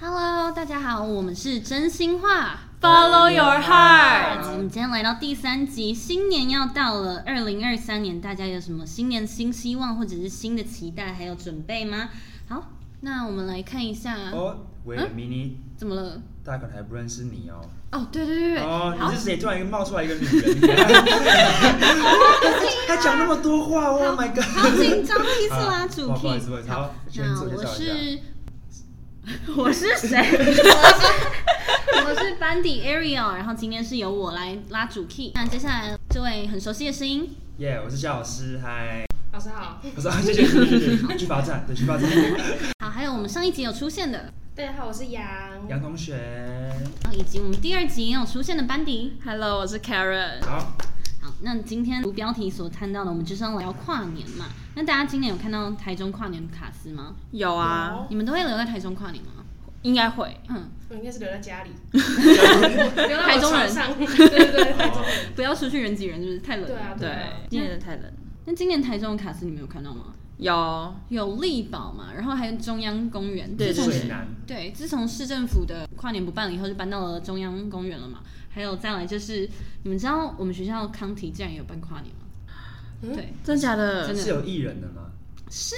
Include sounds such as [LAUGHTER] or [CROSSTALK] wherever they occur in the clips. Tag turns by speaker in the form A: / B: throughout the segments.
A: Hello，大家好，我们是真心话。
B: Follow your heart。
A: 好，我们今天来到第三集，新年要到了，二零二三年，大家有什么新年新希望或者是新的期待，还有准备吗？好，那我们来看一下，
C: 哦，喂，
A: 嗯
C: 迷你，
A: 怎么了？
C: 大家可能还不认识你哦。
A: 哦，对对对对，
C: 哦，
A: 好
C: 你是谁？突然一个冒出来一个女人， [LAUGHS] 还讲那么多话，Oh my god！ [LAUGHS]
A: 好紧张，第一次啦，
C: 啊
A: 主
C: 不好
A: 题。
C: 不好意思不好意思好先
A: 那
C: 自我介
A: 我
C: 绍一
A: 是我是 [LAUGHS] 谁？我是我是班底 Ariel，然后今天是由我来拉主 key。那接下来这位很熟悉的声音，
C: 耶我是夏老师，嗨，
B: 老师好，
C: 我说啊谢谢谢谢谢谢，去罚站，对，去罚站，
A: 好，还有我们上一集有出现的，
B: 大家好，我是杨。
C: 杨同学，
A: 然后以及我们第二集也有出现的班底。
B: Hello，我是 Karen。
C: 好，
A: 好，那今天如标题所看到的，我们就是要聊跨年嘛。那大家今年有看到台中跨年卡司吗？
D: 有啊，
A: 你们都会留在台中跨年吗？
D: 应该会。
A: 嗯，
B: 我应该是留在家里，留在我床上。对对对，台中人。
A: 不要出去人挤人，就是太冷了。
B: 对啊，
D: 对
B: 啊，
D: 今年真的太冷。
A: 那今年台中的卡司你们有看到吗？
D: 有，
A: 有力宝嘛，然后还有中央公园。
D: 对
A: 自
D: 对
A: 从
C: 水
D: 对
C: 南，
A: 对，自从市政府的跨年不办了以后，就搬到了中央公园了嘛。还有再来就是，你们知道我们学校康体竟然也有办跨年吗？
B: 嗯
A: 对，
D: 真假
A: 真
D: 的？
A: 的
C: 是有艺人的吗？
A: 是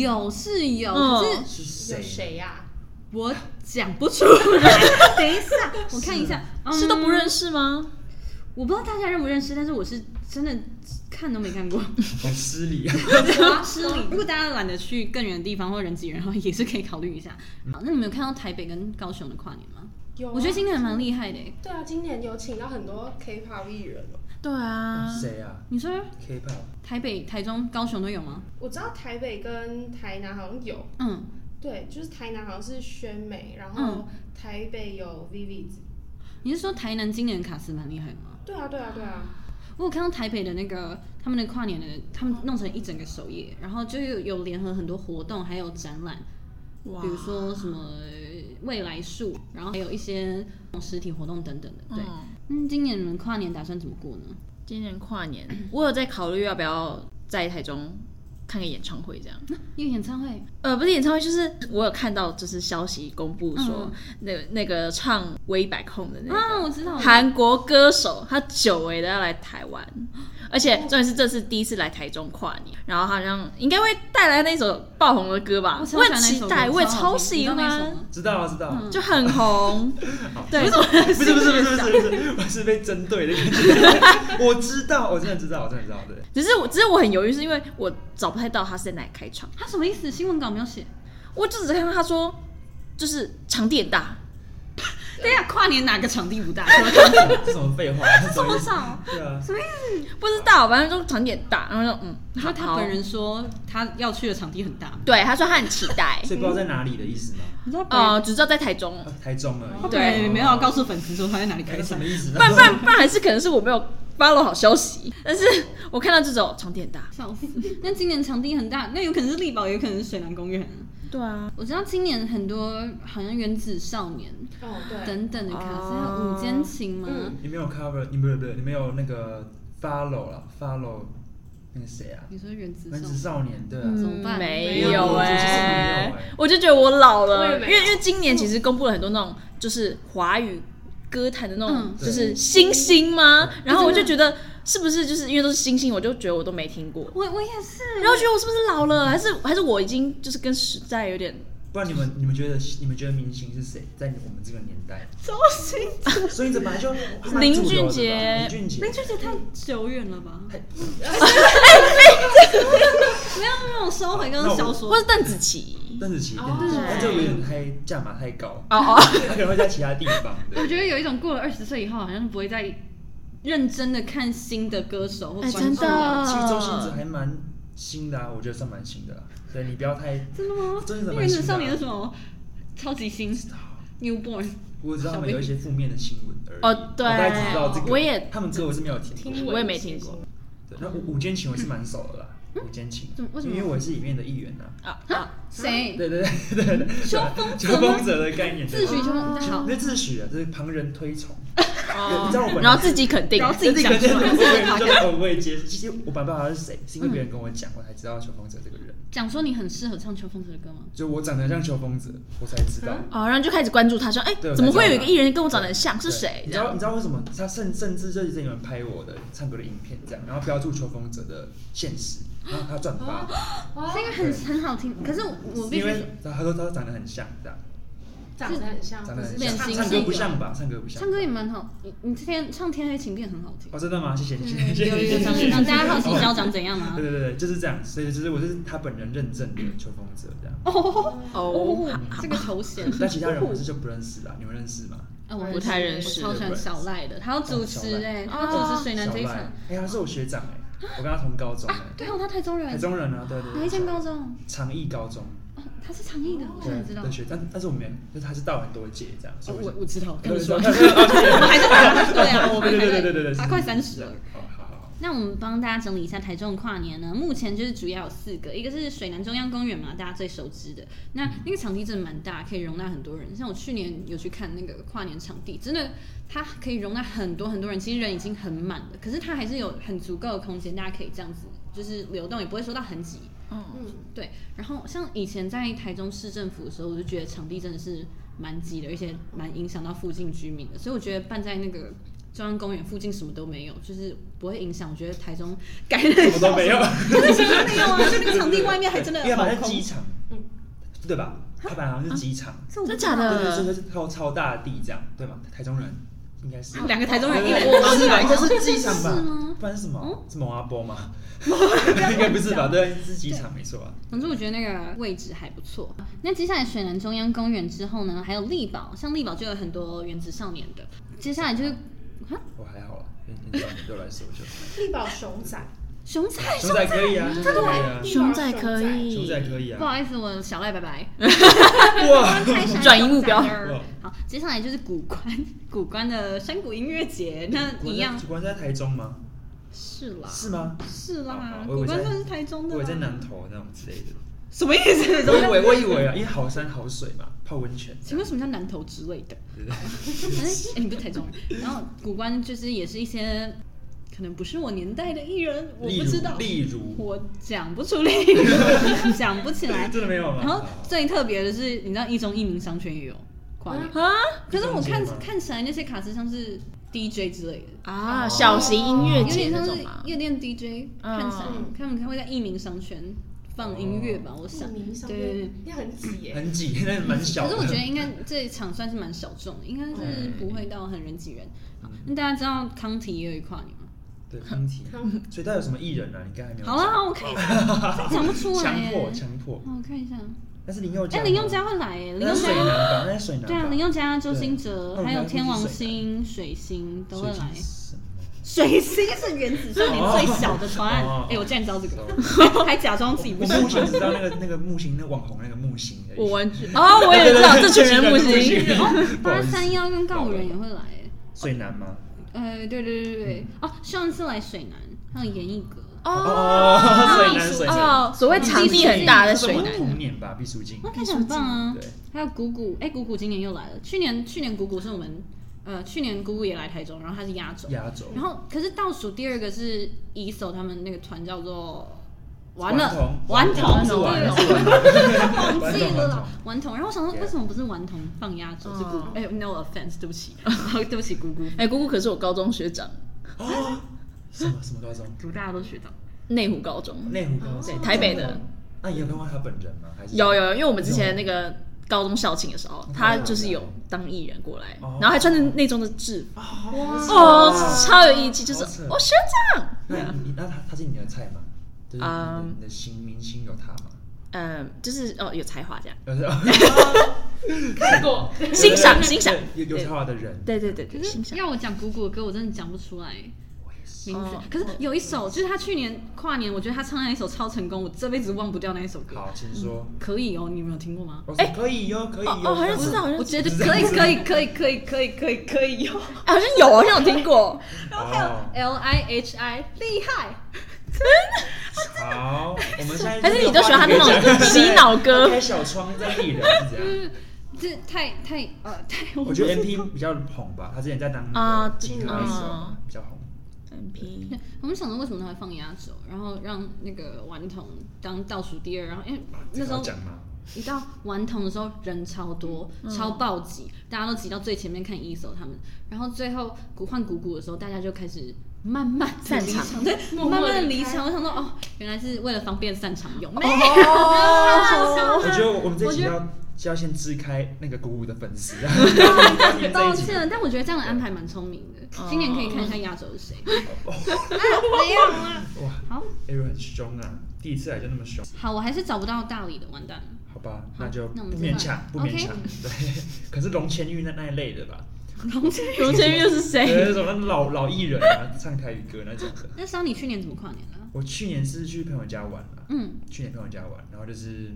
A: 有是有，
D: 嗯
A: 可是
C: 是
B: 有
C: 谁？
B: 谁啊呀？
A: 我讲不出来。等一下，我看一 [LAUGHS] 下，
D: 是都不认
A: 识。
D: 识吗？
A: 我不知道大家认不认识，但是我是真的看都没看 [LAUGHS] 过。
C: 好失礼，
A: 失礼。如果大家懒得去更远的地方或人挤人，然后也是可以考虑一下。好，那你们有看到台北跟高雄的跨年吗？
B: 有啊，
A: 我觉得今年还蛮厉害的耶。
B: 对啊，今年有请到很多 K-pop 艺人哦。
D: 对啊，
C: 谁啊
A: 你说
C: ？K-pop，
A: 台北、台中、高雄都有吗？
B: 我知道台北跟台南好像有，
A: 嗯，
B: 对，就是台南好像是宣美，然
A: 嗯
B: 后台北有 Vivi。
A: 你是说台南今年的卡斯蛮厉害的吗？
B: 对啊，对啊，对啊。
A: 我有看到台北的那个他们的跨年的，他们弄成一整个首页，然后就有有联合很多活动，还有展览，
D: 哇
A: 比如说什么未来树，然后还有一些实体活动等等的。对，
D: 嗯
A: 嗯，今年你们跨年打算怎么过呢？
D: 今年跨年，我有在考虑要不要在台中看个演唱会这样。
A: 因为演唱会，
D: 呃，不是演唱会，就是我有看到就是消息公布说
A: 嗯，
D: 那那个唱《微百控》的那个
A: 啊，我知道了，
D: 韩国歌手，他久违的要来台湾，而
A: 哦
D: 且重点是这是第一次来台中跨年，然后好像应该会带来那首爆红的歌吧，
A: 我超
D: 我
A: 喜
D: 很
A: 欢那
D: 期
A: 首歌
D: 待，我也
A: 超好
D: 超
A: 听
D: 喜
A: 你知道那首
D: 欢啊
A: 吗，
C: 知道了知道了，
D: 就很红，对， [LAUGHS]
C: 不是不是不是不是不是，我是被针对的感觉，我知道，我真的知道，我真的知道，对。
D: 只是我只是我很犹豫，是因为我找不太到他是在哪里开场，
A: 他什么意思？新闻稿没有写。
D: 我就只看到他说就是场地很大，
A: 对呀，跨年哪个场地不 [LAUGHS] 大？
C: 这 [LAUGHS] 什么废话？什么意思？对啊，，
D: 不知道，反正就场地很大，然后就嗯，
A: 你说
D: 好
A: 他本人说他要去的场地很大，
D: 对他说他很期
A: [LAUGHS]
D: 待
C: 所以不知道在哪里的意思吗？
A: 你知道本人
D: 呃，只知道在台中，
C: 啊台中而
A: 他
C: 已。
A: 本人也没有要告诉粉丝说他在哪里
C: 哎
A: 开
C: 那
A: 场
C: 什么。
D: [LAUGHS]
C: 意思呢？
D: 不然不然还是可能是我没有 follow 好消息，但是我看到这种场地很大。
A: 笑死！那今年场地很大，那有可能是力宝，有可能是水南公园。
D: 对啊，
A: 我知道今年很多好像原子少年
B: 哦，对。
A: 等等的卡司，还有
D: 哦
A: 午间情嘛，
B: 嗯
C: [LAUGHS] 你没有 cover，你不是不是，你没有那个 follow 了，follow 那个谁啊？
A: 你说原子
C: 原
A: 少
C: 子
A: 年，
C: 少年对啊，
A: 怎么办
D: 没
B: 没有
D: 有
C: 我就是
D: 哎、
C: 没有哎
D: 我就觉得我老
B: 我
D: 了，
B: 也
D: 因
B: 没
D: 为
B: 有
D: 因为今年其实公布了很多那种就是华语歌坛的那种
A: 嗯
D: 就是新星吗？
C: 对
D: 然后我就觉得是不是就是因为都是新星，我就觉得我都没听过，
A: 我我也是，
D: 然后觉得我是不是老了，还是还是我已经就是跟时代有点
C: 不然你们你们觉得你们觉得明星是谁？在我们这个年代，
A: 周星
C: 所以这本来就
D: 林俊杰
C: 林俊杰
A: 林，俊杰太久远了吧？
C: 太
A: 没有没有，收回刚刚小说
D: 或。是邓紫棋
C: 邓紫棋，
B: 哦
C: 邓紫棋，
D: 对
C: 但这个有点太价码太高，
D: 哦哦，
C: 他 [LAUGHS] 可能会在其他地方。对
A: 我觉得有一种过了二十岁以后，好像不会再认真的看新的歌手或
D: 哎
A: 关注、
D: 真的
C: 其实周星驰还蛮新的啊，我觉得算蛮新的啦，所以你不要太
A: 真的吗？
C: 真的
A: 因
C: 蛮
A: 为
C: 新的啊
A: 是少年的什么超级新 Newborn，
C: 我知道他们有一些负面的新闻而已。
D: 哦对
C: 我大概知道这个。
D: 我也
C: 他们歌我是没有听过。
B: 听闻
D: 我也没听过
C: 对，那午午间情我是蛮熟的啦。吴坚琴，
A: 怎么为什么
C: 因为我是里面的一员呐、
D: 啊啊，
A: 谁？
C: 对对对对对，
A: 秋风
C: 秋
A: 者吗
C: 风者的概念，
A: 自诩秋风
B: 哦
A: 好，
C: 那自诩啊，就是旁人推崇，
D: 哦
C: 你知道我本来
D: 然后自己肯定，
A: 然后自己
C: 这
A: 讲
C: 个
A: 出
C: 就 [LAUGHS]
A: 来
C: 我也就我也接，其实我本来不知道他是谁，是因为别人跟我讲，我才知道秋风者这个人。
A: 讲说你很适合唱秋风者的歌吗？
C: 就我长得像秋风者，我才知道。
D: 哦，然后就开始关注他，说，哎
C: 对，
D: 怎么会有一
C: 我才
D: 个
C: 知道
D: 艺人跟我长得很像？是
C: 对
D: 谁？
C: 你
D: 这
C: 知道
D: 样
C: 你知道为什么他甚甚至就是有人拍我的唱歌的影片这样，然后标注秋风者的现实，然后他转发，
B: 哇
A: 这个很很好听，可是我我必须
C: 因
A: 说
C: 为他说他长得很像这样，
B: 长得很像，
C: 长得很
B: 不是
A: 脸
C: 像，
A: 型
C: 唱
A: 是
C: 歌
A: 一
C: 不
A: 个
C: 像吧？唱歌不像吧，
A: 唱歌也蛮好，你你天唱《天黑请闭眼》很好听。
C: 哦，真的吗？谢谢，谢谢，谢
A: 有
C: 谢，
A: 有
C: 谢
A: 长
C: 谢。
A: 让大家好奇校长怎样吗
C: 对？对对，对就是这样，所以就是我就是他本人认证的秋风者这样，
A: 哦
D: 哦，
A: 哦，这个头衔。
C: 但其他人我是就不认识啦，你们认识吗？
A: 啊，我
D: 不太认识
A: 我超喜欢小赖的，他要主持哎，他要主持水南这一
C: 小
A: 场
C: 赖。，哎，他是我学长哎，我跟他同高中
A: 啊，
C: 哎，
A: 对哦，他台中人。
C: 台中人啊，对对对，
A: 哪一间高中？
C: 长益高中，
A: 哦，他是长义的，我想知道
C: 对。学，但但是我们就是他是到很多届这样，所以
A: 我
C: 就
A: 我知道，跟
C: 对
A: 你说，我
C: 对对对对
A: 们还是大学对啊，我们
C: 对对
A: 还在
C: 对对对对
A: 还快三十了。
C: 哦好好好，
A: 那我们帮大家整理一下台中的跨年呢，目前就是主要有四个，一个是水南中央公园嘛，大家最熟知的。那那个场地真的蛮大，可以容纳很多人。像我去年有去看那个跨年场地，真的它可以容纳很多很多人，其实人已经很满了，可是它还是有很足够的空间，大家可以这样子就是流动，也不会说到很挤。
D: 嗯
B: 嗯，
A: 对，然后像以前在台中市政府的时候，我就觉得场地真的是蛮挤的，而且蛮影响到附近居民的，所以我觉得办在那个中央公园附近什么都没有，就是不会影响。我觉得台中改的
C: [LAUGHS] 什么都没有，
A: 真的什么都没有啊，就那个场地外面还真的
C: 因为
A: 好
C: 好像机
A: 空。
C: 场，
B: 嗯
C: 对吧？他本来好像是机场，
A: 这我不
D: 真
A: 知道
D: 假的
C: 对对，就是超超大的地这样，对吗？台中人应该是。
A: 两个台中
C: 对
A: 人一
C: 对
A: 脸
C: 对
A: 懵
C: 不是吧？应该是机场
A: 是吗
C: 吧？不然是什么
A: 嗯？
C: 是蒙阿波吗？应该不是吧？对，是机场没错吧？
A: 总之，我觉得那个位置还不错。那接下来水南中央公园之后呢，还有力宝，像力宝就有很多原子少年的。接下来就是啊，
C: 我还好啦，因为对我来说就。
B: 力宝熊仔，
A: 熊仔，
C: 熊仔可以啊，熊仔可以啊，
D: 熊仔可
C: 熊
D: 以，
C: 仔可以
A: 不
C: 啊。
A: 好意思，我小赖拜拜。
C: 哇，
A: 太闪
D: 转移目标
A: 闪
C: 嗯
A: 了好，接下来就是古关，古关的山谷音乐节，那一样
C: 主观在台中吗？
A: 是啦，
C: 是吗？
A: 是啦，
C: 哦哦我以
A: 古
C: 为在
A: 关算是台中的啊
C: 我
A: 啦
C: 也在南投那种之类的。
A: 什么意思？
C: 我以为我以为啊，因为好山好水嘛，泡温泉。
A: 请问什么叫南投之类的？
C: 对对
A: 哎、 [LAUGHS] 哎你不是台中人，然后古关就是也是一些可能不是我年代的艺人，我
C: 例
A: 不
C: 如
A: 知道，
C: 例如，
A: 我讲不出例如， [LAUGHS] 讲不起来。
C: 真的没有吗？
A: 然后最特别的是，你知道一中一民商圈也有跨
B: 嗯
A: 年，
D: 啊
A: 可是我看
C: 中间吗
A: 看起来那些卡司像是 DJ 之类的。
D: 啊，小型音乐
A: 有
D: 节
A: 点
D: 那
A: 像
D: 种
A: 是
D: 嘛，
A: 夜店 DJ 看起来
B: 嗯，
A: 他们他会在艺名商圈放音乐吧，我想
C: 哦
B: 匿。名上
A: 对对对
B: 面，也很挤
A: [LAUGHS]
B: 耶，
C: 很挤，那蛮小
A: 可
C: 的。
A: 是我觉得应该这一场算是蛮小众的，应该是不会到很人挤人。好，
C: 嗯
A: 那大家知道康体也有一跨年吗？
C: 对康体，所以他有什么艺人啊？你刚才没有。
A: 好啦，，我看一
C: [LAUGHS]
A: 下，讲不出来
C: 强
A: 耶。
C: 迫强迫，啊
A: 好我看一下，
C: 但是林宥嘉，
A: 哎，林宥嘉，会来耶，林宥
C: 那是水南
A: 嘉。
C: 吧？那是水南吧。
A: 对啊，林宥嘉、周兴
C: 对
A: 哲，
C: 那
A: 还有
C: 我
A: 天
C: 刚刚
A: 王
C: 说是水
A: 星、水星都会来
C: 嗯水。星
A: 水星是原子少年最小的团
C: 哦哦
A: 案，哎，我竟然知道这个， [LAUGHS] 还假装自己
C: 什
A: 不
C: 么我
A: 知道
C: 目。前只知道那个那个木星，那网红那个木星而已。
D: 我完全啊，我也知道这群人
C: [LAUGHS]
D: 不行，
C: 行
A: 哦八三幺跟告五人也会来耶，
C: 最难吗？
A: 呃，对对对对
C: 嗯
A: 对，哦，上次来水南，还有严艺格，
D: 哦
C: 最难水
D: 哦，所谓场地很大的水
C: 南
D: 南，
C: 童年吧，毕书尽
A: 那。看起来很棒啊
C: 对。
A: 还有谷谷，哎，谷谷今年又来了，去年去年谷谷是我们，呃，去年谷谷也来台中，然后他是压轴，
C: 压轴。
A: 然后可是倒数第二个是 e s o 他们那个团叫做。完了，
C: 顽
A: 童，
C: 童
A: 对，
C: 顽童
A: 我忘记
C: 顽童
A: 了
C: 顽
A: 啦
C: 童，
A: 顽童。然后我想说，
C: Yeah
A: 为什么不是顽童放压轴？是谷
D: 哦
A: 哎，no offense，对不起， [LAUGHS] 对不起，姑姑，
D: 哎，姑姑可是我高中学长，
C: 哦，什么什么高中？
A: 读大家都学到。
D: 内湖高中，
C: 内湖高中。
D: 台北的，
C: 那你有看过他本人吗？还是
D: 有有，有因为我们之前那个高中校庆的时候，他就是有当艺人过来，然后还穿着内中的制服，哦，超有义气，就是
C: 好扯
D: 哦学长，
C: 那你那他他是你的菜吗？就是你的
D: 嗯
C: 你的新明星有他吗？
D: 嗯，就是哦有才华这样，
C: 有
B: 看过，
D: 欣赏欣赏，
C: 有有才华的人，
D: 对对对对，
A: 可
D: 欣
A: 是
D: 赏。
A: 要我讲谷谷的歌，我真的讲不出来
C: 我也是。
A: 名字
D: 哦。
A: 可是有一首，就是他去年跨年，我觉得他唱那一首超成功，我这辈子忘不掉那一首歌。
C: 好，请说。
A: 可以哦，你们有听过吗？
C: 我说可以哟，可以哟。
D: 哦哦，好像知道，好像
A: 我
D: 知道
A: 觉得可以，可以，可以，可以，可以，可以，可以哟。
D: [LAUGHS]
C: 哦
D: 哎好像有，好像有听过。
A: 然后还有 L I H I 厉害，
D: [LAUGHS]
C: 好，我们现在
D: 还是你都喜欢他那种洗脑歌
C: 开小窗在艺人是这样。
A: 这太太呃太，
C: 我觉得 MP 比较红吧，他之前在当
D: 啊
C: 金歌的时候
D: 嗯
C: 比较红。
D: M P，
A: 我们想着为什么他会放压轴，然后让那个顽童当倒数第二，然后因为那
C: 这个
A: 时
C: 要
A: 候
C: 讲吗？
A: 一到顽童的时候人超多，超暴挤，大家都挤到最前面看 ESO 他们，然后最后古换古古的时候，大家就开始慢慢
D: 散场
A: 离对，
B: 默
A: 慢
B: 默地
A: 慢的
B: 离
A: 离
B: 开
A: 场。我想说哦，原来是为了方便散场用，没有
D: 哦，
C: 我觉得我们这一集
A: 我觉
C: 要要先支开那个鼓舞的粉丝，啊 [LAUGHS]
A: 抱歉，但我觉得这样的安排蛮聪明的。今年可以看一下压轴是谁。
B: 没有啊，
C: 哇
A: 好，
C: ，Aaron 很凶啊，第一次来就那么凶，
A: 好，我还是找不到大理的，完蛋了。
C: 好吧，
A: 好
C: 那就
A: 那我
C: 不
A: 们
C: 勉
A: 这
C: 强
A: 样，
C: 不勉强。对， [LAUGHS] 可是龙千玉那那一类的吧，
A: 龙姐，
D: [LAUGHS] 卢千玉又是
C: 对，
D: 谁？
C: 那种那老老艺人啊，唱台语歌那种的。
A: 那桑你去年怎么跨年了？
C: 我去年是去朋友家玩啊，
A: 嗯，
C: 去年朋友家玩，然后就是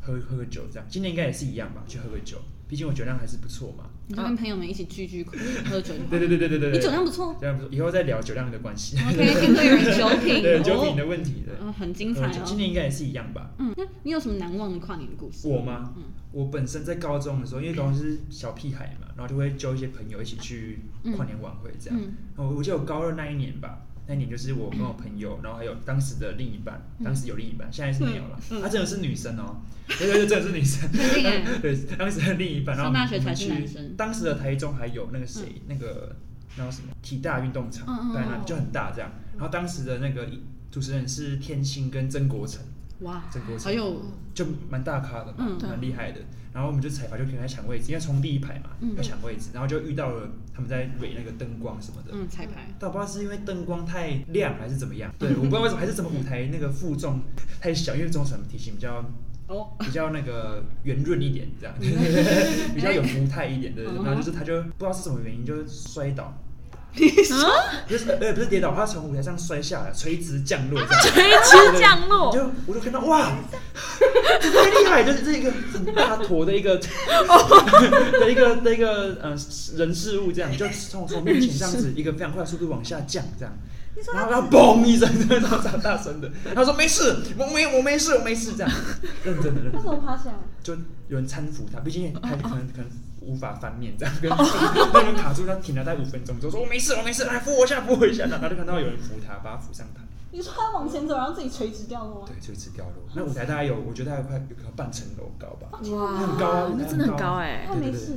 C: 喝喝个酒这样，今年应该也是一样吧，去喝个酒，毕竟我酒量还是不错嘛。
A: 你就跟朋友们一起聚聚喝酒就好。
C: 对对对对对对，
A: 你酒量不错啊
C: 酒量不错，以后再聊酒量的关系，
A: ，OK，跟贵人酒品，
C: [LAUGHS] 对酒品
A: [LAUGHS] 哦
C: 的问题对。
A: 嗯，很精彩
C: 喝酒今
A: 哦。
C: 年应该也是一样吧？
A: 嗯，那你有什么难忘的跨年故事？
C: 我吗
A: 嗯？
C: 我本身在高中的时候，因为高中是小屁孩嘛，然后就会揪一些朋友一起去跨年晚会这样。
A: 嗯
C: 我我记得我高二那一年吧，那一年就是我跟我朋友，然后还有当时的另一半，
A: 嗯
C: 当时有另一半，现在是没有了。她真的是女生哦，对对对，真的是女生。
A: 定欸
C: [LAUGHS] 对，当时的另一半，然后
A: 上大学
C: 我们
A: 才是
C: 去
A: 男生嗯
C: 当时的台中还有那个谁，那个那个什么体大运动场
A: 嗯嗯嗯
C: 在那里就很大这样。然后当时的那个主持人是天心跟曾国成。
A: 哇，
C: 曾国成
A: 还有
C: 就蛮大咖的嘛
A: 哎嗯，
C: 蛮厉害的。然后我们就彩排，就可以来抢位置，因为冲第一排嘛，
A: 嗯
C: 要抢位置。然后就遇到了他们在蕊那个灯光什么的，
A: 嗯彩排，
C: 但我不知道是因为灯光太亮还是怎么样。对，我不知道为什么，还是怎么舞台那个负重太小，因为中场体型比较
A: 哦，
C: 比较那个圆润一点，这样比较有福态一点，对对对。
A: 嗯
C: 然后就是他就不知道是什么原因，就是摔倒，
D: 啊，
C: 不是呃不是跌倒，他从舞台上摔下来，垂直降落这样。
D: 垂直降落 [LAUGHS]
C: 我， [LAUGHS] 就我就看到哇，太厉害，就是这一个很大坨的一 [LAUGHS] 个的一个的一个呃人事物，这样就从从面前这样子一个非常快的速度往下降，这样。然后他嘣一声，然后超大声的，他说没事，我没我没事，我没事，这样，认真的认真的，
A: 爬起来？
C: 就有人搀扶他，毕竟他可能可能无法翻面，这样 [LAUGHS] 跟那人卡住，他停了大概五分钟，就说我哦没事，我没事，来扶我一下，扶我一下，然后就看到有人扶他，把他扶上台。
A: 你说他往前走，然后自己垂直掉落
C: 对，垂直掉落。那舞台大概有，我觉得大概快有个半层楼高吧，
D: 哇
C: 很高啊，
D: 哦那
C: 舞台
D: 真的很高
C: 高
D: 哎
A: 他没事。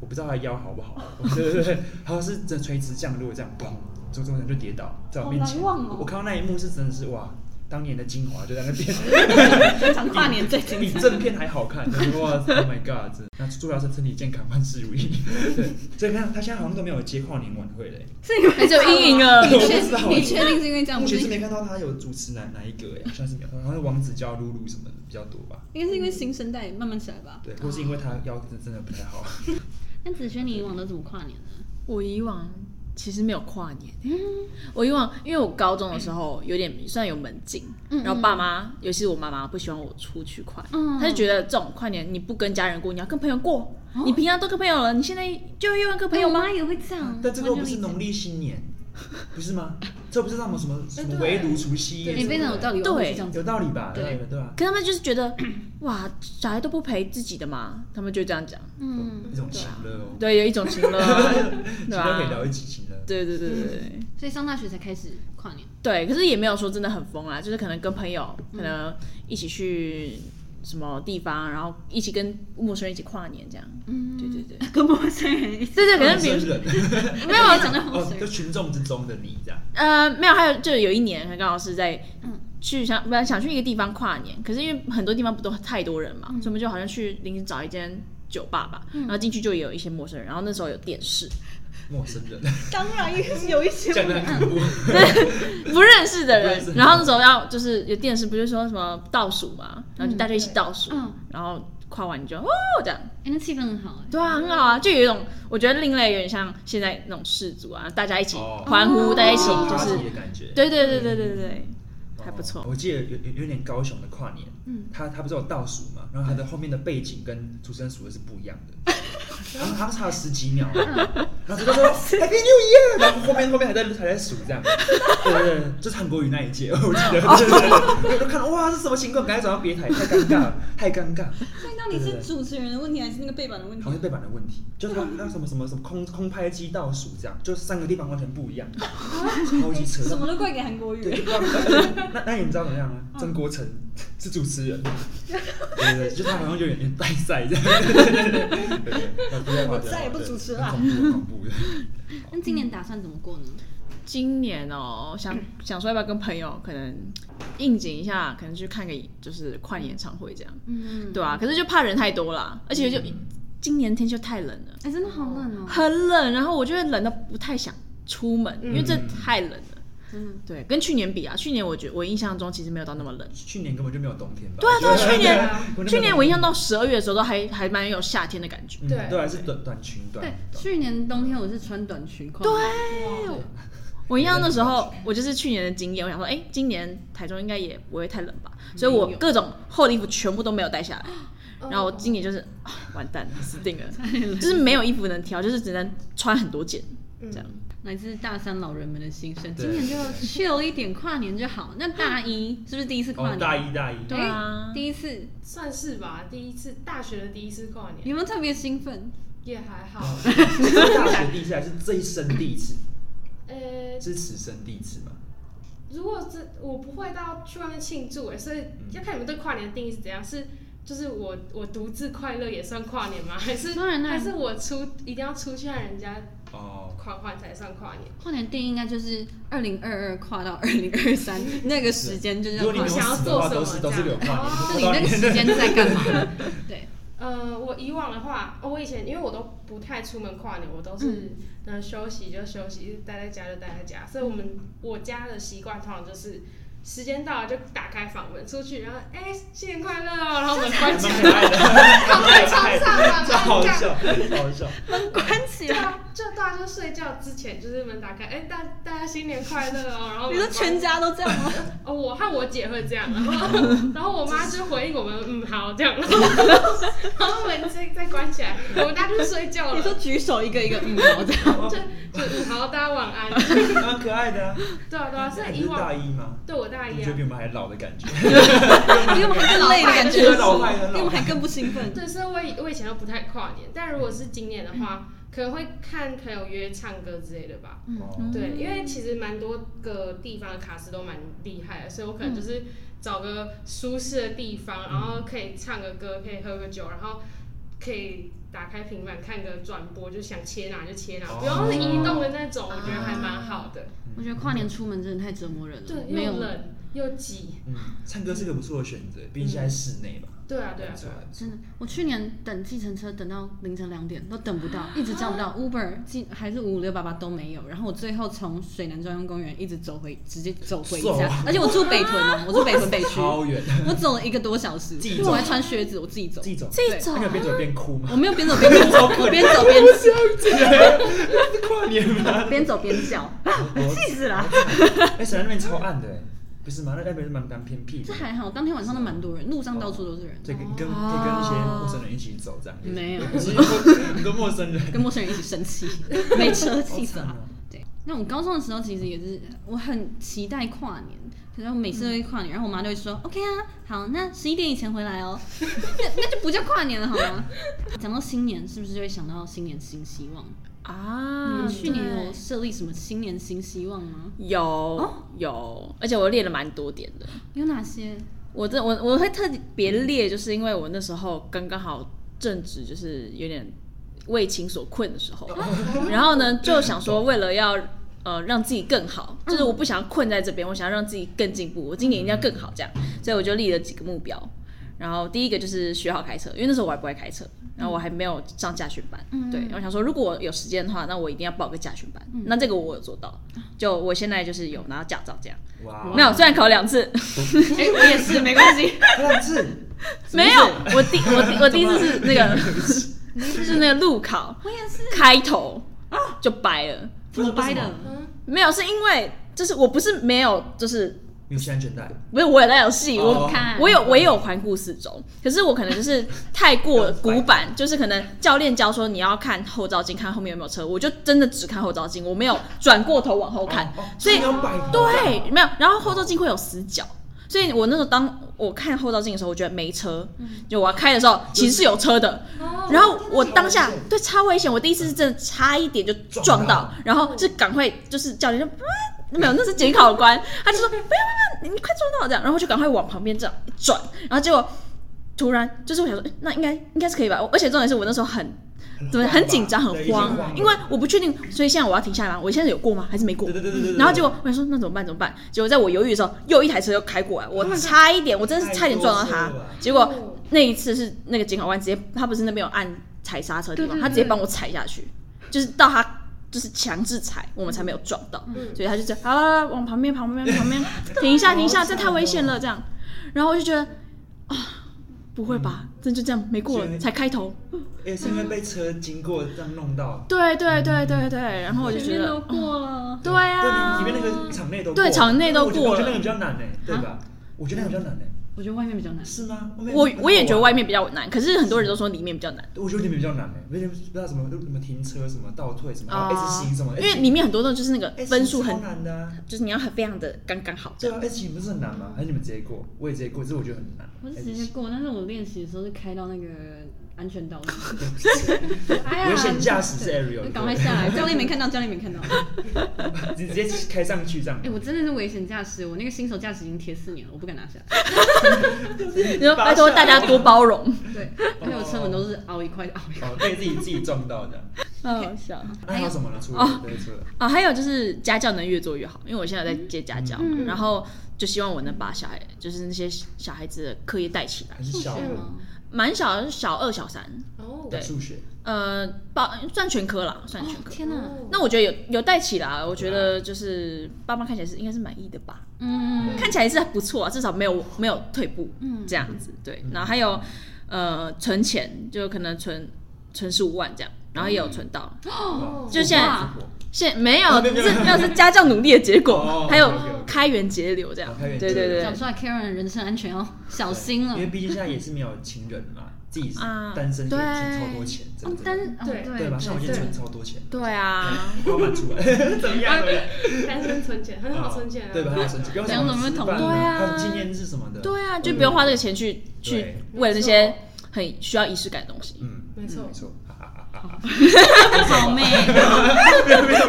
C: 我不知道他腰好不 [LAUGHS] 好，对对对，好像是真的垂直降落这样，砰，周中人就跌倒在我面
A: 好
C: 前。
A: 难忘哦
C: 我看到那一幕是真的是哇，当年的精华就在那边， [LAUGHS]
A: 这场跨年最精
C: 比
A: 彩。
C: 正片还好看。哇，Oh my God！真的那祝他是身体健康，万事如意。 [LAUGHS] 对，所以看他现在好像都没有接跨年晚会嘞。
A: 这个
D: 还只有阴影了
A: 你
C: 我
A: 确
C: 不知道
A: 你确定是因为这样？
C: 目
A: 不是
C: 前是
A: 因为
C: 没看到他有主持哪哪一个哎，好像是没有，好像王子娇、露露什么的比较多吧。
A: 应该是因为新生代慢慢起来吧？
C: 对，或是因为他腰真的真的不太好。
A: 那子轩，你以往都怎么跨年呢？
D: 我以往其实没有跨年，我以往因为我高中的时候有点算有门禁，
A: 嗯
D: 然后爸妈，尤其是我妈妈不喜欢我出去跨年，
A: 嗯
D: 她就觉得这种跨年你不跟家人过，你要跟朋友过，你平常都跟朋友了，你现在就又要跟朋友
A: 我
D: 吗？
A: 妈也会这样，
C: 但这个
A: 完
C: 不
A: 全嗯
C: 是
A: 理解
C: 农历新年，不是吗？这不是那么什么
A: 哎
C: 什么
B: 对
C: 围炉除夕夜
A: 你
C: 什么
A: 非常有道
C: 的，
A: 理，
D: 对
A: 我会这样
C: 有
A: 子。
C: 道理
A: 啊
C: 吧？
A: 对
C: 对吧对吧？
D: 可他们就是觉得， [CLEARS THROAT] 哇，小孩都不陪自己的嘛，他们就这样讲，
A: 嗯
C: 一，种情乐哦，
D: 对，有一种情乐啊，
C: 情
D: 对
C: 乐可以
D: 吧
C: 聊？一起情乐。
A: 啊
D: 对对对对对。
A: 所以上大学才开始跨年。
D: 对，可是也没有说真的很疯啦，就是可能跟朋友
A: 嗯
D: 可能一起去什么地方，然后一起跟陌生人一起跨年这样。
A: 嗯，
D: 对对对，
A: 跟陌生人一起，
D: 对对，可
C: 陌
D: 是比
C: 生
D: 如
C: 人
A: 没有啊讲到陌
C: 哦
A: [LAUGHS] 生，
C: 就
A: 人，
C: 群众之中的你这样，
D: 呃没有，还有就有一年刚好是在
A: 嗯
D: 去想本来想去一个地方跨年，可是因为很多地方不都太多人嘛，
A: 嗯
D: 所以我们就好像去临时找一间酒吧吧，然后进去就也有一些陌生人，然后那时候有电视，
C: 陌生人
A: 当然也是有一些
C: 这样很恐怖。
D: 不认识的
C: 不认识的
D: 人，
C: 人
D: 然后那时候要就是有电视，不是说什么倒数嘛，然后就大家一起倒数，
A: 嗯
D: 然后跨完你就哦这样。
A: 哎，那气氛很好哎。
D: 对啊，很好啊，就有一种我觉得另类，有点像现在那种氏族啊，大家一起
C: 哦
D: 欢呼，
A: 哦
D: 大家一起
A: 哦
D: 就，
C: 就是的感觉，
D: 对对对对对对，还不
C: 哦
D: 错。
C: 我记得有有有点高雄的跨年，
A: 嗯
C: 他他不是有倒数嘛，然后他的后面的背景跟主持人数的是不一样的，然后好像差了十几秒，啊然后就说 Happy New Year，然后后面后面还在还在数这样，对对对，就是韩国语那一届，我记得，对对对，我就看到哇，这什么情况？赶快转到别台，太尴尬了，太尴尬，
A: 所以到底
C: 对
A: 是
C: 对对
A: 主持人的问题还是那个背板的问题
C: 好？像是背板的问题，就是他那什么什么什么空空拍机倒数这样，就是三个地方完全不一样，超级扯
A: [LAUGHS] 什么都怪给韩国
C: 对，
A: 语
C: 就。不知
D: [LAUGHS]
C: 道那那你们知道怎么样吗？曾国成是主持人，
D: [LAUGHS]
C: 对对对，就他好像有点带赛这样，对对对对对，
B: [LAUGHS] 我再也不主持了
C: 很恐怖很恐怖的。
A: 那今年打算怎么过呢？
D: 今年哦，想想说要不要跟朋友可能应景一下，可能去看个就是跨年演唱会这样，
A: 嗯，
D: 对啊，可是就怕人太多啦，而且就今年天气就太冷了，
A: 哎、真的好冷哦、
D: 很冷，然后我就会冷到不太想出门，因为这
C: 嗯
D: 太冷了。
A: 真的。
D: 对，跟去年比啊，去年我觉我印象中其实没有到那么冷。
C: 去年根本就没有冬天吧？
D: 对啊，对啊，去
B: 对
C: [LAUGHS]
B: 啊
D: 年去年我印象到十二月的时候都还还蛮有夏天的感觉。
C: 嗯对对，还啊是短短裙短
A: 对，去年冬天我是穿短裙跨。对，[LAUGHS]
B: 哦
D: 我印象那时候我就是去年的经验，我想说，哎、今年台中应该也不会太冷吧，所以我
A: 没有哦
D: 各种厚的衣服全部都没有带下来。
B: 嗯
D: 然后我今年就是、啊完蛋了，死定了，
A: [LAUGHS]
D: 就是没有衣服能挑，就是只能穿很多件
B: 嗯
D: 这样。
A: 来自大三老人们的心声。
C: 对
A: 今年就 [LAUGHS] chill 一点，跨年就好。那大一是不是第一次跨
C: 哦
A: 年？
C: 大一大一，
A: 对
D: 对啊
A: 第一次
B: 嗯算是吧，第一次大学的第一次跨年
A: 有没有特别兴奋？
B: 也还好，
A: [LAUGHS]
D: 啊
C: 哦
D: [LAUGHS]
C: 是大学第一次还是这一生第一次？
B: 呃，
C: 是此生第一次吗？
B: 如果是我不会到去外面庆祝哎，所以要看你们对跨年的定义是怎样，是就是我我独自快乐也算跨年吗？还是
A: 当然啦
B: 还是我出一定要出去和人家
C: 哦，
B: 跨跨才算跨年？
A: 跨年定义应该就是二零二二跨到二零二 [LAUGHS] 三那个时间，就
C: 如
A: 叫
C: 果
A: 跨
C: 你没有
A: 年。
C: 死的话，都是都是留跨
A: 那你
C: 年。
D: 哦
A: 那个
C: [LAUGHS]
A: 时间在干嘛？对，
B: 呃，我以往的话，哦、我以前因为我都不太出门跨年，我都
A: 嗯
B: 是能休息就休息，待在家就待在家，所以我们我家的习惯通常就是。时间到了就打开房门出去，然后哎、新年快乐哦，然后门关起
A: [LAUGHS]
B: 来，躺在床上啊，
C: 超好
B: 这样
C: 笑，超好笑。
A: 关起
B: 对。啊，就大家就睡觉之前，就是门打开，哎、大大家新年快乐哦。然后
A: [LAUGHS] 你说
B: 门关
A: 全家都这样 [LAUGHS] 吗？
B: 哦，我和我姐会这
A: [LAUGHS]
B: 样，然后 [LAUGHS] 然后我妈就回应我们，嗯，好这样，然后然后门再再关起来，我们大家就睡觉
A: 你
B: 了，
A: 说举手一个一个嗯，好这样。
B: 就就嗯好，大家晚安。
C: 蛮可爱的啊。
B: 对啊对啊，所以
C: 你
B: 以
C: 是大
B: 往
C: 一吗？
B: 对我大
C: 你觉
B: 一
C: 得
B: 啊
C: 比，我们还老的感觉？
A: [LAUGHS] 比我们还更累的感觉，
C: 对老派的老派
A: 比我们还更不兴奋。
B: 对，所以我以我以前都不太跨年，但如果是今年的话，可能会看朋友约唱歌之类的吧。
C: 哦
B: 对，因为其实蛮多个地方的卡司都蛮厉害的，所以我可能就是找个舒适的地方，然后可以唱个歌，可以喝个酒，然后可以打开平板看个转播，就想切哪就切哪，不
C: 哦
B: 用是移动的那种，我觉得还蛮好的。
A: 我觉得跨年出门真的太折磨人了，
B: 对，
A: 没有
B: 又冷又挤，
C: 嗯，唱歌是个不错的选择，毕竟现在室内嘛。
B: 对啊对啊对啊。
A: 真的，我去年等计程车等到凌晨两点都等不到，一直叫不到 Uber，计还是五五六八八都没有。然后我最后从水南中央公园一直走回，直接走回
C: 走
A: 家，而且我住北屯 [LAUGHS] 哦，我住北屯北区，
C: 超远，
A: 我走了一个多小时，
C: 自己
A: 我
C: 走
A: 还穿靴子，我自己走
C: 自，己走，
D: 自己走
C: 那你有边走边哭吗？
A: 我没有边走 [LAUGHS] 边叫，我边走边
C: 是跨年吗？
A: 边走边叫，气死了。
C: 哎，沈阳那边超暗的，哎，不是吗？那那边是蛮蛮偏僻
A: 这
C: 的，
A: 还好，当天晚上都蛮多人，路上到处都是人，
C: 对，跟跟可以跟一些陌生人一起走这样。
A: 没有
C: 就是跟跟陌生人，
A: 跟陌生人一起生气， [LAUGHS] 没车气
D: 啊
A: 死
C: 好惨
A: 了
C: 哦。
A: 对，那我高中的时候其实也是，我很期待跨年，可是我每次都会跨年，然后我妈就会说、OK 啊，好，那十一点以前回来哦， [LAUGHS] 那那就不叫跨年了好 [LAUGHS] 吗？讲到新年，是不是就会想到新年新希望？你
D: 啊，
A: 们去年有
D: 对
A: 设立什么新年新希望吗？
D: 有、
A: 哦
D: 有，而且我列了蛮多点的。
A: 有哪些？
D: 我这我我会特别列，就是因为我那时候刚刚好正值就是有点为情所困的时候， [LAUGHS] 然后呢就想说为了要呃让自己更好，就是我不想要困在这边，我想要让自己更进步，我今年一定要更好这样，所以我就立了几个目标。然后第一个就是学好开车，因为那时候我还不会开车，然后我还没有上驾训班，
A: 嗯
D: 对，然后我想说如果有时间的话，那我一定要报个驾训班，那这个我有做到，就我现在就是有拿到驾照这样，
C: 哇，
D: 没有，虽然考两次，
A: [LAUGHS] 哎、我也是，没关系。
C: 两次，
D: 没有，我第我第我第一次是
A: [LAUGHS]
D: 那个，就是那个路考
A: [LAUGHS] 我也是，
D: 开头就掰了，
A: 啊怎么掰的？
B: 嗯，
D: 没有，是因为就是我不是没有就是
C: 没有系安全带，
D: 不是我有在有戏，我
C: 哦
A: 看
D: 我有我也有环顾四周，可是我可能就是 [LAUGHS] 太过古板，就是可能教练教说你要看后照镜，看后面有没有车，我就真的只看后照镜，我没有转过头往后看，
C: 哦哦
D: 所以
C: 你要摆头啊
D: 对，没有。然后后照镜会有死角，所以我那时候当我看后照镜的时候，我觉得没车，
C: 嗯
D: 就我要开的时候其实是有车的，
C: 哦
A: 哦
D: 然后我当下
C: 超危险
D: 对超危险，我第一次是真的差一点就撞
C: 撞
D: 到
C: 到，
D: 然后就赶快就是教练
C: [LAUGHS]
D: 就啊。没有，那是检考官，他就说不要不要，不要你快撞到我这样，然后我就赶快往旁边这样一转，然后结果突然就是我想说，诶那应该应该是可以吧，而且重点是我那时候很怎么很紧张很
C: 对一定
D: 慌
C: 慌，
D: 因为我不确定，所以现在我要停下来吗？我现在有过吗？还是没过？
C: 对对对对对对
D: 然后结果我想说那怎么办怎么办？结果在我犹豫的时候，又一台车又开过来，我差一点，我真的是差一点撞到
C: 太
D: 他
C: 多次了吧。
D: 结果那一次是那个检考官直接，他不是那边有按踩刹车的地方，
A: 对对对
D: 他直接帮我踩下去，就是到他就是强制踩，我们才没有撞到。
B: 嗯
D: 所以他就这样，好了，好了往旁边旁边旁边停一下停一下，这太危险了这样。然后我就觉得啊，不会吧，真就这样没过
C: 所
D: 了
C: 以
D: 才开头。
C: 也哎是因为被车经过这样弄到，
D: 对对对对对，然后我就
A: 前
D: 觉
A: 面
D: 得
A: 都过了，
D: 对
C: 对，
D: 啊
C: 里，面那个场内都
D: 对
C: 过
D: 场内都
C: 我觉得
D: 过
C: 我觉得
D: 了啊
C: 那个比较难呢，对吧？我觉得那个比较难呢，欸
A: 我觉得外面比较难。
C: 是吗？外面
D: 我
C: 不太
D: 我也觉得
C: 好玩
D: 外面比较难，可是很多人都说里面比较难。
C: 我觉得里面比较难哎，有点不知道什么什么停车、什么倒退、什么哦
D: 啊
C: S 型什么，
D: 因为里面很多都哎就是那个
C: S 型
D: 分数很
C: 超，难的啊。
D: 就是你要很非常的刚刚好这
C: 对
D: 样。
C: 啊，S 型不是很难吗？还是你们直接过？我也直接过，只是我觉得很难。
A: 我是
C: S
A: 直接
C: 型
A: 过，但是我练习的时候是开到那个安全岛那
C: [LAUGHS]
A: 里。哎
C: 危险驾驶是 Ariel，
A: 赶快下来！
C: [LAUGHS]
A: 教练没看到，教练没看到。
C: 你 [LAUGHS] 直接开上去这样
A: 哎、。我真的是危险驾驶，我那个新手驾驶已经贴四年了，我不敢拿下。
D: [LAUGHS] 你说拜托大家多包容，
A: 对，而且我车门都是凹一块凹一块。
C: 哦，被自己自己撞到这样。
D: 哎 [LAUGHS] 好笑
C: 那还有什么呢？除了对除了
D: 啊！还有就是家教能越做越好，因为我现在有在接家教，
A: 嗯
D: 然后就希望我能把小孩，就是那些小孩子的课业带起来，
C: 很小
A: 数学
C: 的
A: 吗？
D: 蛮小的，小二、小三，
B: 哦，
D: 对
C: 数学，
D: 呃，报算全科啦，算全
A: 哦
D: 科。
A: 天哪、
B: 哦
D: 那我觉得有有带起来，啊我觉得就是爸妈看起来是应该是满意的吧，
A: 嗯，
D: 看起来是不错啊，至少没有没有退步，
A: 嗯
D: 这样子对。然后还有呃存钱，就可能存存十五万这样，然后也有
C: 嗯
D: 存到，
C: 哦
D: 就现在现没有
C: 啊
D: 这
C: 没有没有没有
D: 没有是家教努力的结果
C: 哦，
D: [LAUGHS] 还有
C: OK，OK
D: 开源节流这样
C: 哦，开源
D: 对对
C: 节流
D: 对
A: 讲。出来，Karen 人身安全要小心哦了
C: 因。为毕竟现在也是没有情人嘛，自己
D: 啊
C: 单身可以存超多钱，真
A: 哦，
C: 的
A: 但是哦
B: 对
C: 对吧？像我已经
A: 对
C: 存超多钱，
D: 对啊，
C: 我要满出来， [LAUGHS] 怎么
D: 哎
C: 样？
B: 单身存钱很好存钱啊，
C: 哦对吧？很好存钱，不用
A: 两种不同
C: 对
D: 对啊
C: 纪念日什么的，
D: 对啊，就不用花这个钱去去为了那些很需要仪式感的东西。
C: 嗯，
B: 没错
C: 没，错，哈哈哈哈
A: 好妹，
D: [LAUGHS]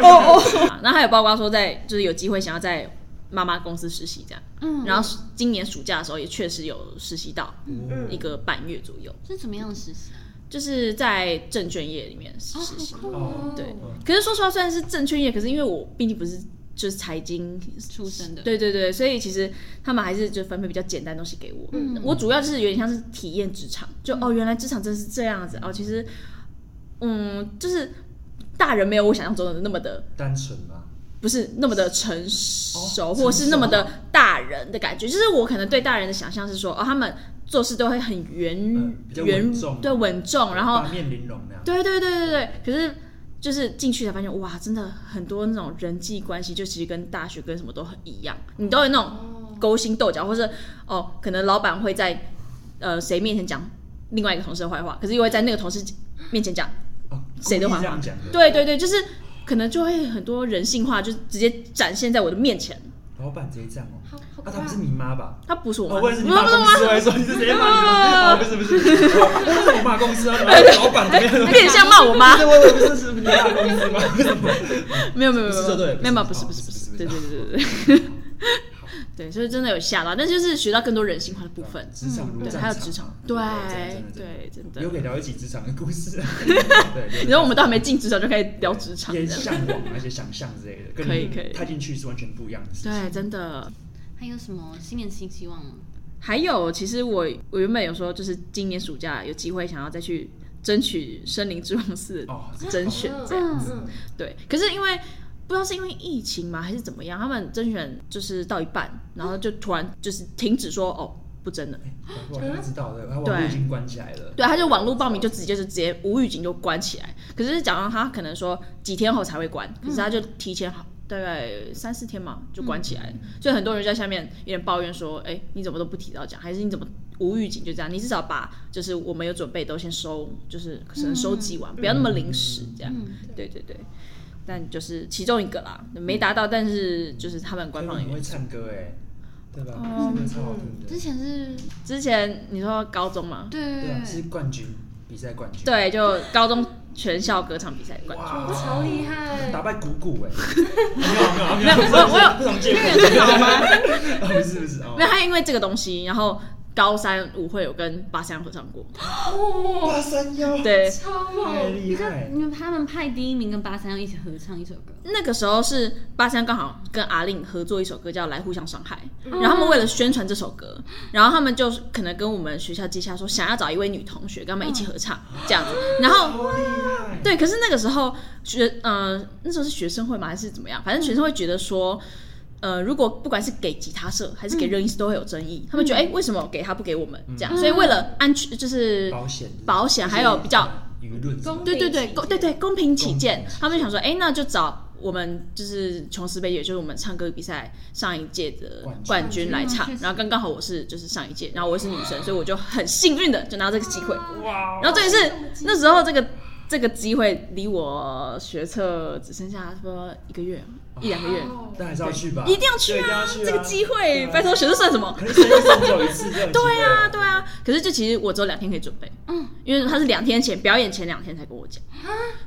D: 哦哦，那还有包括说在就是有机会想要在妈妈公司实习这样，
A: [LAUGHS] 嗯，
D: 然后今年暑假的时候也确实有实习到
C: 嗯
D: 一个半月左右，
A: 是怎么样的实习？啊
D: 就是在证券业里面实习。
A: 酷
C: 哦
D: 对，可是说实话，虽然是证券业，可是因为我毕竟不是就是财经
A: 出身的，
D: 对对对，所以其实他们还是就分配比较简单的东西给我。
A: 嗯
D: 我主要就是有点像是体验职场，就、
C: 嗯
D: 哦，原来职场真是这样子哦。其实，嗯，就是大人没有我想象中的那么的，
C: 单纯嘛，
D: 不是那么的成熟，
C: 哦
D: 或者是那么
C: 成熟
D: 的大人的感觉。就是我可能对大人的想象是说，哦，他们做事都会很圆、
C: 嗯比较稳
D: 圆
C: 重
D: 对稳重，然后
C: 八面玲珑那样，
D: 对对对对对，可是就是进去才发现，哇，真的很多那种人际关系，就其实跟大学跟什么都很一样，你都有那
B: 哦
D: 种勾心斗角，或是哦，可能老板会在呃谁面前讲另外一个同事的坏话，可是又会在那个同事面前讲，
C: 哦
D: 谁都
C: 故意
D: 还
C: 这样讲的，
D: 对对对，就是可能就会很多人性化，就直接展现在我的面前。
C: 老板直接这样哦，
B: 好好
C: 啊，
B: 可
C: 他
B: 怕
C: 不是你妈吧？
D: 他不是我
C: 哦，
D: 妈，
C: 我也是你
D: 不是
C: 骂
D: 不是我妈
C: 公司，我还说你是谁骂你妈？哦，不是不是，我那是我骂公司啊，老板怎么样？
D: 有点像骂我妈
C: 不是，我我不是是你骂公司
D: 哎
C: 吗？
D: 没有没有没
C: [LAUGHS] 不
D: 有
C: 是这对
D: 没有没有不
C: 不
D: 是
C: 是
D: 不是不
C: 不
D: 是，
C: 是
D: 对
C: 不
D: 对
C: 是
D: 对对对。 [LAUGHS] 对，所以真的有吓到，但就是学到更多人性化的部分。嗯
C: 职场如
D: 对，
C: 战
D: 还有职场，对
C: 真的真的真的
D: 对，真
C: 有
D: 的。
C: 给聊一起职场的故事
D: [LAUGHS]
C: 啊。对，
D: 你知道我们都还没进职场就开始聊职场，
C: 也
D: 这样
C: 向往而且想象之类的，跟
D: 可以
C: 你
D: 可以
C: 踏进去是完全不一样的事情。
D: 对，真的。
A: 还有什么新年新希望吗？
D: 还有，其实我我原本有说，就是今年暑假有机会想要再去争取森林之王四的
C: 哦，
D: 甄选
B: 嗯
D: 这样。
B: 嗯
D: 对，可是因为不知道是因为疫情嘛，还是怎么样，他们甄选就是到一半，然后就突然就是停止说哦不争了。
C: 哎我好像知道的，他网络已经关起来了。
D: 对，他就网络报名就直接就直接无预警就关起来。可是讲到他可能说几天后才会关，可是他就提前好大概三四天嘛就关起来了，所以很多人在下面有点抱怨说，哎、你怎么都不提早讲，还是你怎么无预警就这样？你至少把就是我们有准备都先收，就是可能收集
C: 嗯
D: 完，不要那么临时这样。对对对，但就是其中一个啦，没达到，但是就是他们官方
C: 官方
D: 也
C: 也会唱歌哎，对吧？
D: 哦
C: 真的超好听
A: 之
C: 的，
A: 前是
D: 之前你说高中嘛，
A: 对对
C: 对啊，
A: 对
C: 是冠军比赛冠军，
D: 对，就高中全校歌唱比赛冠军。
C: 哇，
B: 嗯超厉害
C: 打败谷谷
D: [LAUGHS]
C: 哎，没有没有
D: 没有
C: 不同
D: 我我有
C: 不同界别的好吗？不是不是 [LAUGHS] 哦
D: 没，有，他因为这个东西，然后高三舞会有跟八三合唱过，
B: 哦，
C: 八三幺，
D: 对，
B: 超
C: 太
B: 猛！
C: 厉害，
A: 因为他们派第一名跟八三幺一起合唱一首歌，
D: 那个时候是八三刚好跟阿令合作一首歌叫《来互相伤害》，然后他们为了宣传这首歌，然后他们就是可能跟我们学校接洽说想要找一位女同学跟他们一起合唱、这样子，然后。
C: 好厉害，
D: 对，可是那个时候学，呃，那时候是学生会嘛，还是怎么样？反正学生会觉得说，呃，如果不管是给吉他社还是给热音社，都会有争议。他们觉得，哎、为什么给他不给我们？这样，所以为了安全，就是
C: 保险的
D: 保险，还有比较
C: 舆论什么的，
D: 对对对，
B: 公平起见
D: 公对对公平起见
C: 公平起，见
D: 他们想说，哎，那就找我们就是琼斯杯，也就是我们唱歌比赛上一届的冠
C: 冠军
D: 军来唱
A: 冠军啊确，实
D: 然后刚刚好我是就是上一届，然后我也是女生，所以我就很幸运的就拿到这个机会。
B: 哇
D: 然后这也是那时候这个这个机会离我学测只剩下说一个月一两个月，
B: 哦
C: 但还是要去吧，
D: 一定要去
C: 啊对一定
D: 啊
C: 要！去啊，
D: 这个机会，啊拜
C: 托，
D: 托学生算什么？
C: 可是谁会送走一次这种机会？
D: 对啊，对啊。可是就其实我只有两天可以准备，嗯，因为他是两天前表演前两天才跟我讲，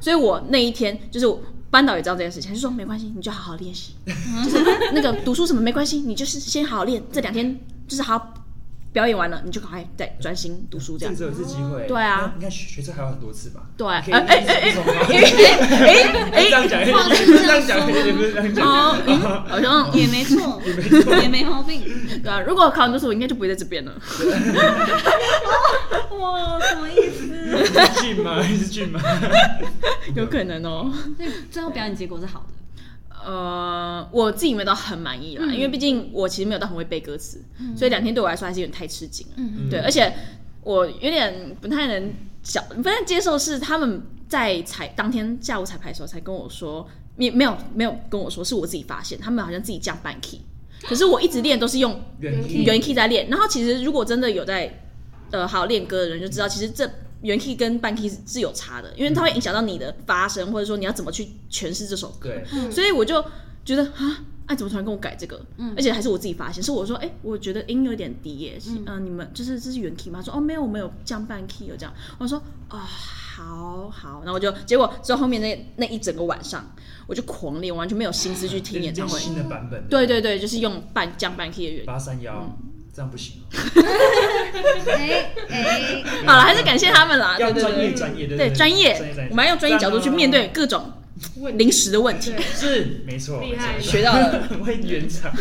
D: 所以我那一天就是我班导也知道这件事情，他就说没关系，你就好好练习，就是那个读书什么没关系，你就是先好好练，这两天就是好好表演完了，你就赶快再专心读书这
C: 这
D: 样
C: 个。只有一次机会。
D: 对啊
C: 那你看学测还有很多次吧？
D: 对，哎
C: 可以
D: 哎哎
C: 一直
D: 哎
C: 一直
D: 哎哎哎
C: [LAUGHS] 这
D: 哎
C: 样讲，
A: 话
C: 不
A: 都是
C: 是
A: 这
C: 这
A: 样说
C: 样讲，也不是这样讲。
D: 哦，嗯好像
A: 也没错， [LAUGHS] 也没毛病。
D: 对啊，如果考完读书，我应该就不会在这边
C: [LAUGHS]
D: 了。
A: 哇，什么意 [LAUGHS] 思？
C: 是俊吗？是俊吗？
D: 有可能哦。
A: 所以最后表演结果是好的，
D: 呃，我自己没有到很满意啦，
C: 嗯
D: 因为毕竟我其实没有到很会背歌词，所以两天对我来说还是有点太吃紧了。
A: 嗯
C: 嗯
D: 对，而且我有点不太能想，不太接受是他们在彩当天下午彩排的时候才跟我说，也没有没有跟我说，是我自己发现他们好像自己降半 key，可是我一直练都是用
C: 原
B: 嗯
D: 原 key 在练。然后其实如果真的有在呃好好练歌的人就知道，其实这原 key 跟半 key 是是有差的，因为它会影响到你的发声，或者说你要怎么去诠释这首歌。
C: 对，
D: 所以我就觉得啊。哎，怎么突然跟我改这个？
C: 嗯
D: 而且还是我自己发现，是我说，哎、我觉得音有点低耶、嗯、你们就是这是原 key 吗？他说哦，没有，我们有降半 key，有这样。我说哦，好好，然后我就结果之后后面那那一整个晚上，我就狂练，完全没有心思去听演唱
C: 这
D: 会
C: [LAUGHS] 是。新的版本。
D: 对对对，就是用半降半 key 的原
C: 八三幺，
D: 嗯
C: 这样不行哦。
A: 哎哎，
D: 好了，还是感谢他们啦，对
C: 要
D: 对
C: 专业
D: 对，
C: 专业，
D: 对
C: 对
D: 专
C: 专业
D: 业，我们要用专业角度去面对
C: 赞
D: 各种
B: 问
D: 临时的问题
B: 对。，
C: 哦。是，没错，
B: 厉害
C: 没错
D: 学到了，
C: 我会圆
D: [LAUGHS]
C: 场。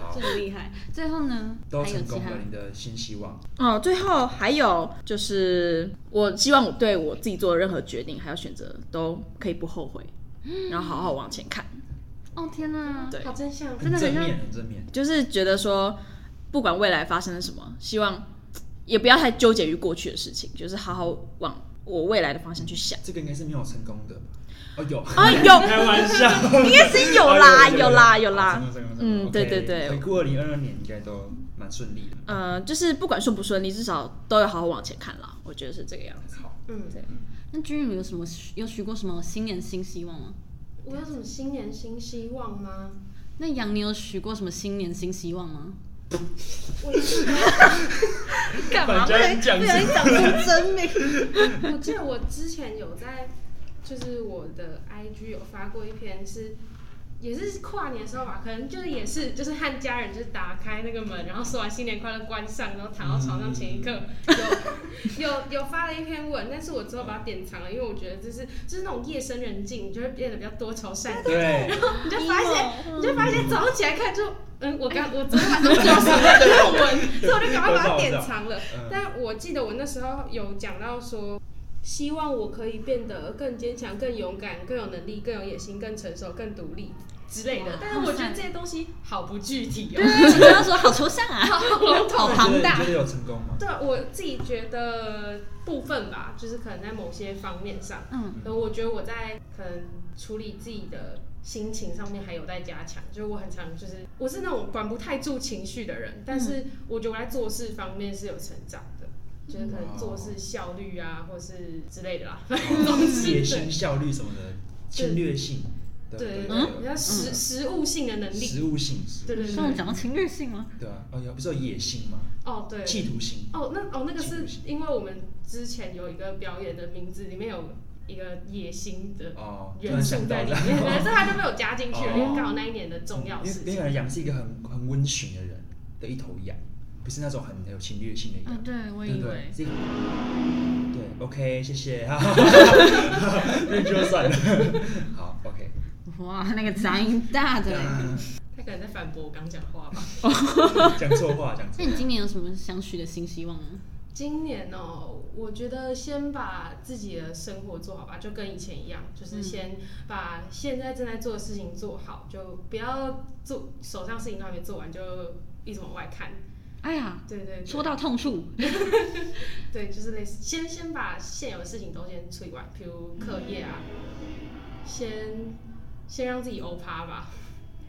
C: 好
A: 这，么厉害。最后呢，
C: 都
A: 还有
C: 成
A: 其
C: 功
A: 他
C: 了，你的新希望。
D: 哦，最后还有就是，我希望我对我自己做的任何决定还有选择都可以不后悔，然后好好往前看，
A: 哦天哪，
D: 对
B: 好真相，
A: 真的很
C: 正
A: 像
C: 面，很正面。
D: 就是觉得说，不管未来发生了什么，希望也不要太纠结于过去的事情，就是好好往我未来的方向去想。
C: 这个应该是没有成功的吧？哦，有，
D: 啊，有，
C: [LAUGHS] 开玩笑，
D: 应该是有啦，
C: 哦
D: 有啦，有啦。，
C: 成功成功成功
D: 嗯
C: OK，
D: 对对对
C: 回顾二零二二年应该都蛮顺利的。
D: 呃，就是不管顺不顺利，至少都要好好往前看啦。我觉得是这个样子。
C: 好，
B: 嗯，
A: 那君如有什么有许过什么新年新希望吗？
B: 我有什么新年新希望吗？
A: 那杨，你有许过什么新年新希望吗？
B: 我
D: 干
C: 反家讲
A: 不小心讲出真名。
B: 我记得我之前有在，就是我的 IG 有发过一篇是，也是跨年的时候吧，可能就是也是就是和家人就是打开那个门，然后说完新年快乐关上，然后躺到床上前一刻有有有发了一篇文，但是我之后把它典藏了，因为我觉得就是就是那种夜深人静，你就会变得比较多愁善感，
C: 对，
B: 你就发现
A: emo
B: 你就发现早上起来看就。嗯，我刚我昨天晚上就是在做文，所以我就赶快把它典藏了。
C: 嗯
B: 但我记得我那时候有讲到说，希望我可以变得更坚强、更勇敢、更有能力、更有野心、更成熟、更独立。之类的
A: 哇。
B: 但是我觉得这些东西好不具体哦。
A: 对，你刚刚说好抽象 [LAUGHS] 啊，好
C: 那你
A: 庞
C: 觉得
A: 大
C: 你觉。得有成功
D: [LAUGHS]
C: 吗？
B: 对，啊我自己觉得部分吧，就是可能在某些方面上，
A: 嗯，
B: 呃，我觉得我在可能处理自己的心情上面还有待加强，就是我很常就是我是那种管不太住情绪的人，但是
A: 嗯
B: 我觉得我在做事方面是有成长的，就是可能做事效率啊，或是之类的啦，反正东西
C: 野
B: 对
C: 心、效率什么的，侵略性，
B: 对对
C: 对
B: 对，比较实
C: 嗯
B: 实物性的能力，
C: 实物性，实物
B: 对对
A: 像我们
B: 对，
A: 讲到侵略性吗？
C: 对啊，哦，有不是有野心吗？
B: 哦对，
C: 企图心，
B: 哦，那哦，那个
C: 记
B: 是
C: 不清
B: 因为我们之前有一个表演的名字里面有一个野心的
C: 哦，突
B: 元
C: 然
B: 素
C: 想
B: 在
C: 到
B: 里
C: 这
B: 面，
D: [LAUGHS]
C: [LAUGHS] 样。
B: 对，这他就被我加进去了，因为
C: 哦
B: 刚好那一年的重要
C: 因为
B: 事
C: 因为
D: 哦
B: 情。
C: 感觉羊是一个很很温驯的人的一头羊，不是那种很有侵略性的羊，
A: 啊，对，我
C: 对
A: 以
C: 不
A: 为
C: 对？。这个对，OK，谢 [LAUGHS] 谢，哈哈哈哈哈那就算了，好，OK，
A: 哇，那个杂音大的嘞。 [LAUGHS]
B: 他可能在反驳我刚讲
D: [LAUGHS]
B: 话吧。
C: 讲错话，讲
A: 那
C: 错
A: 你
C: 话，
A: 今年有什么想许的新希望吗？
B: 今年哦，我觉得先把自己的生活做好吧，就跟以前一样，
D: 嗯
B: 就是先把现在正在做的事情做好，就不要做手上事情都还没做完就一直往外看。
A: 哎呀，
B: 对对对，
A: 说到痛处，
B: 对，就是类似先先把现有的事情都先处理完，比如课业啊，先先让自己欧趴吧。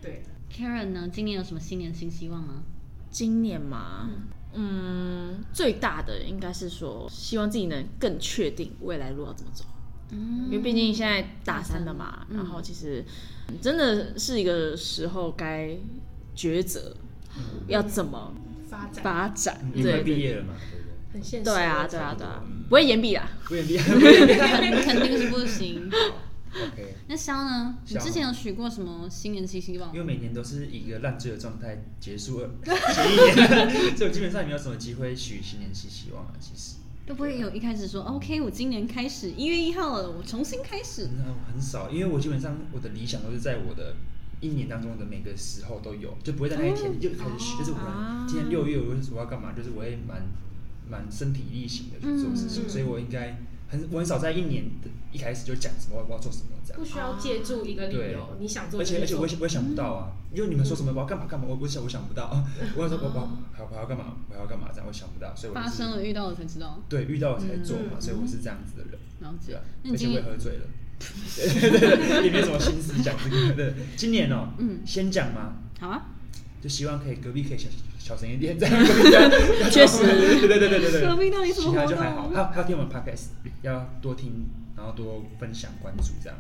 B: 对，
A: Karen 呢？今年有什么新年新希望吗？
D: [LAUGHS] 今年嘛，嗯，最大的应该是说，希望自己能更确定未来路要怎么走，
A: 嗯
D: 因为毕竟现在大三了嘛，
A: 嗯
D: 然后其实真的是一个时候该抉择要怎么
B: 发展
D: 发展，
C: 嗯你快
D: 对
C: 嗯毕业了嘛，对不对？
B: 很现实。
D: 对啊，对啊，对啊，不会延毕啦，
C: 不也毕 [LAUGHS] 业
A: 肯 [LAUGHS] 肯定是不行。
C: ，OK。
A: 那肖呢？你
D: 啊
C: 肖
A: 之前有许过什么新年新希望
C: 因？为每年都是以一个烂醉的状态结束了前一年， [LAUGHS] 所以我基本上也没有什么机会许新年新希望了。其实，
A: 会不会有一开始说 OK，我今年开始一月一号了，我重新开始？
C: 那很少，因为我基本上我的理想都是在我的一年当中的每个时候都有，就不会在那一
B: 哦
C: 天就开始许，就是我可能今天六月我我要干嘛，就是我会蛮蛮身体力行的去做事情，
B: 嗯
C: 所以我应该很我很少在一年的一开始就讲什么我要做什么这样
B: 不。需要借助一个理由
C: 对，
B: 你想做
C: 啊
B: 嗯
C: 而
B: 就去
C: 且
B: 做。
C: 而且我也想我也想不到啊，因为你们说什么我要干嘛干嘛，我我想我想不到，啊
B: [LAUGHS]
C: 我想说我我我我要干嘛我要干嘛这样，我想不到，所以我、就
A: 发
C: 是、
A: 生了遇到了才知道，
C: 对遇到了才做嘛，
B: 嗯
C: 所以我是这样子的人。
A: 了
C: 对
A: 解
C: 啊。
A: 那
C: 而
A: 你
C: 且
A: 今
C: 我也
A: 年
C: 喝醉了，对对对，也没什么心思讲这个。对，今年哦、
A: 嗯
C: 先讲嘛，
A: 好啊，
C: 就希望可以隔壁可以小小声一点，这样隔壁不要
D: 确实
C: 对对对对对对，
A: 隔壁到底什么
C: 其他就
A: 活动
C: 还好，还有还有听我们 podcast，要多听，然后多分享关注这样，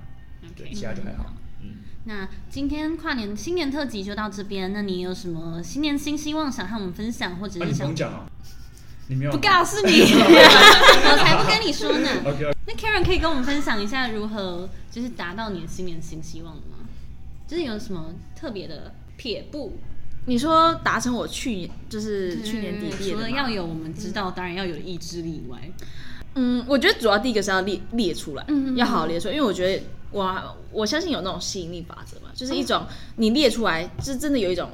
C: 对，
A: OK
C: 其他就还好，嗯。
A: 那今天跨年新年特辑就到这边。那你有什么新年新希望想和我们分享，或者是
C: 啊，你不
A: 想
C: 用讲哦，你没有
A: 不告诉你，我才不跟你说呢。
C: OK，
A: 那 Karen 可以跟我们分享一下如何就是达到你的新年新希望吗？就是有什么特别的撇步？嗯
D: 你说达成我去年就是去年底毕业
A: 除
D: 的
A: 了
D: 嘛
A: 要有我们知道，当然要有意志力以外，
D: 嗯，我觉得主要第一个是要列列出来，
A: 嗯嗯嗯
D: 要好好列出来，因为我觉得我我相信有那种吸引力法则嘛，就是一种你列出来，是真的有一种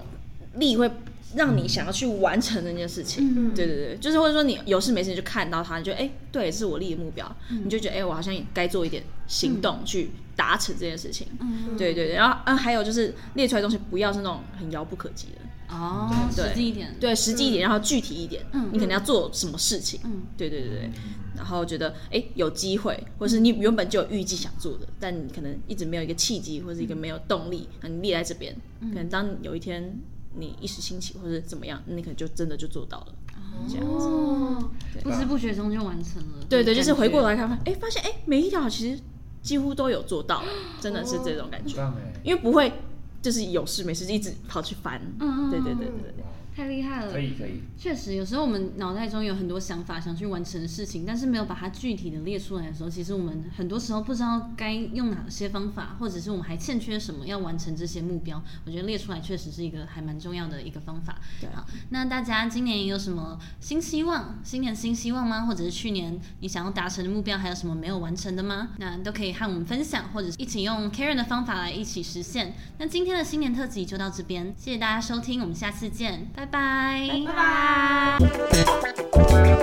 D: 力会让你想要去完成那件事情。
A: 嗯
D: 对对对，就是或者说你有事没事你就看到它，你就哎、对，这是我立的目标，
A: 嗯
D: 你就觉得哎、我好像也该做一点行动去达成这件事情。
A: 嗯，
D: 对对对，然后嗯，还有就是列出来的东西不要是那种很遥不可及的，
A: 哦，
D: 对
A: 实际一点，，
D: 对，实际一点，然后具体一点，
A: 嗯
D: 你可能要做什么事情。
A: 嗯，
D: 对对对对。然后觉得哎有机会，或是你原本就有预计想做的，但你可能一直没有一个契机，或是一个没有动力，那你立在这边，可能当有一天你一时兴起或者怎么样，你可能就真的就做到了。这样
A: 哦，
C: 对
A: 不知不觉中就完成了，
D: 对对，
A: 这
D: 就
A: 种
D: 是回过
A: 感
D: 来看，哎，发现哎每一条其实几乎都有做到，真的是这种感
C: 很
D: 觉，
C: 棒哎，
D: 因为不会就是有事没事一直跑去翻。
A: 嗯嗯
D: 对对对对
A: 觉，
D: 对。
C: 哇，
A: 太厉害了，
C: 可以可以，
A: 确实，有时候我们脑袋中有很多想法想去完成的事情，但是没有把它具体的列出来的时候，其实我们很多时候不知道该用哪些方法，或者是我们还欠缺什么要完成这些目标。我觉得列出来确实是一个还蛮重要的一个方法。
D: 对
A: 好，那大家今年有什么新希望？新年新希望吗？或者是去年你想要达成的目标，还有什么没有完成的吗？那都可以和我们分享，或者是一起用 Karen 的方法来一起实现。那今天的新年特辑就到这边，谢谢大家收听，我们下次见，拜拜
B: 拜拜。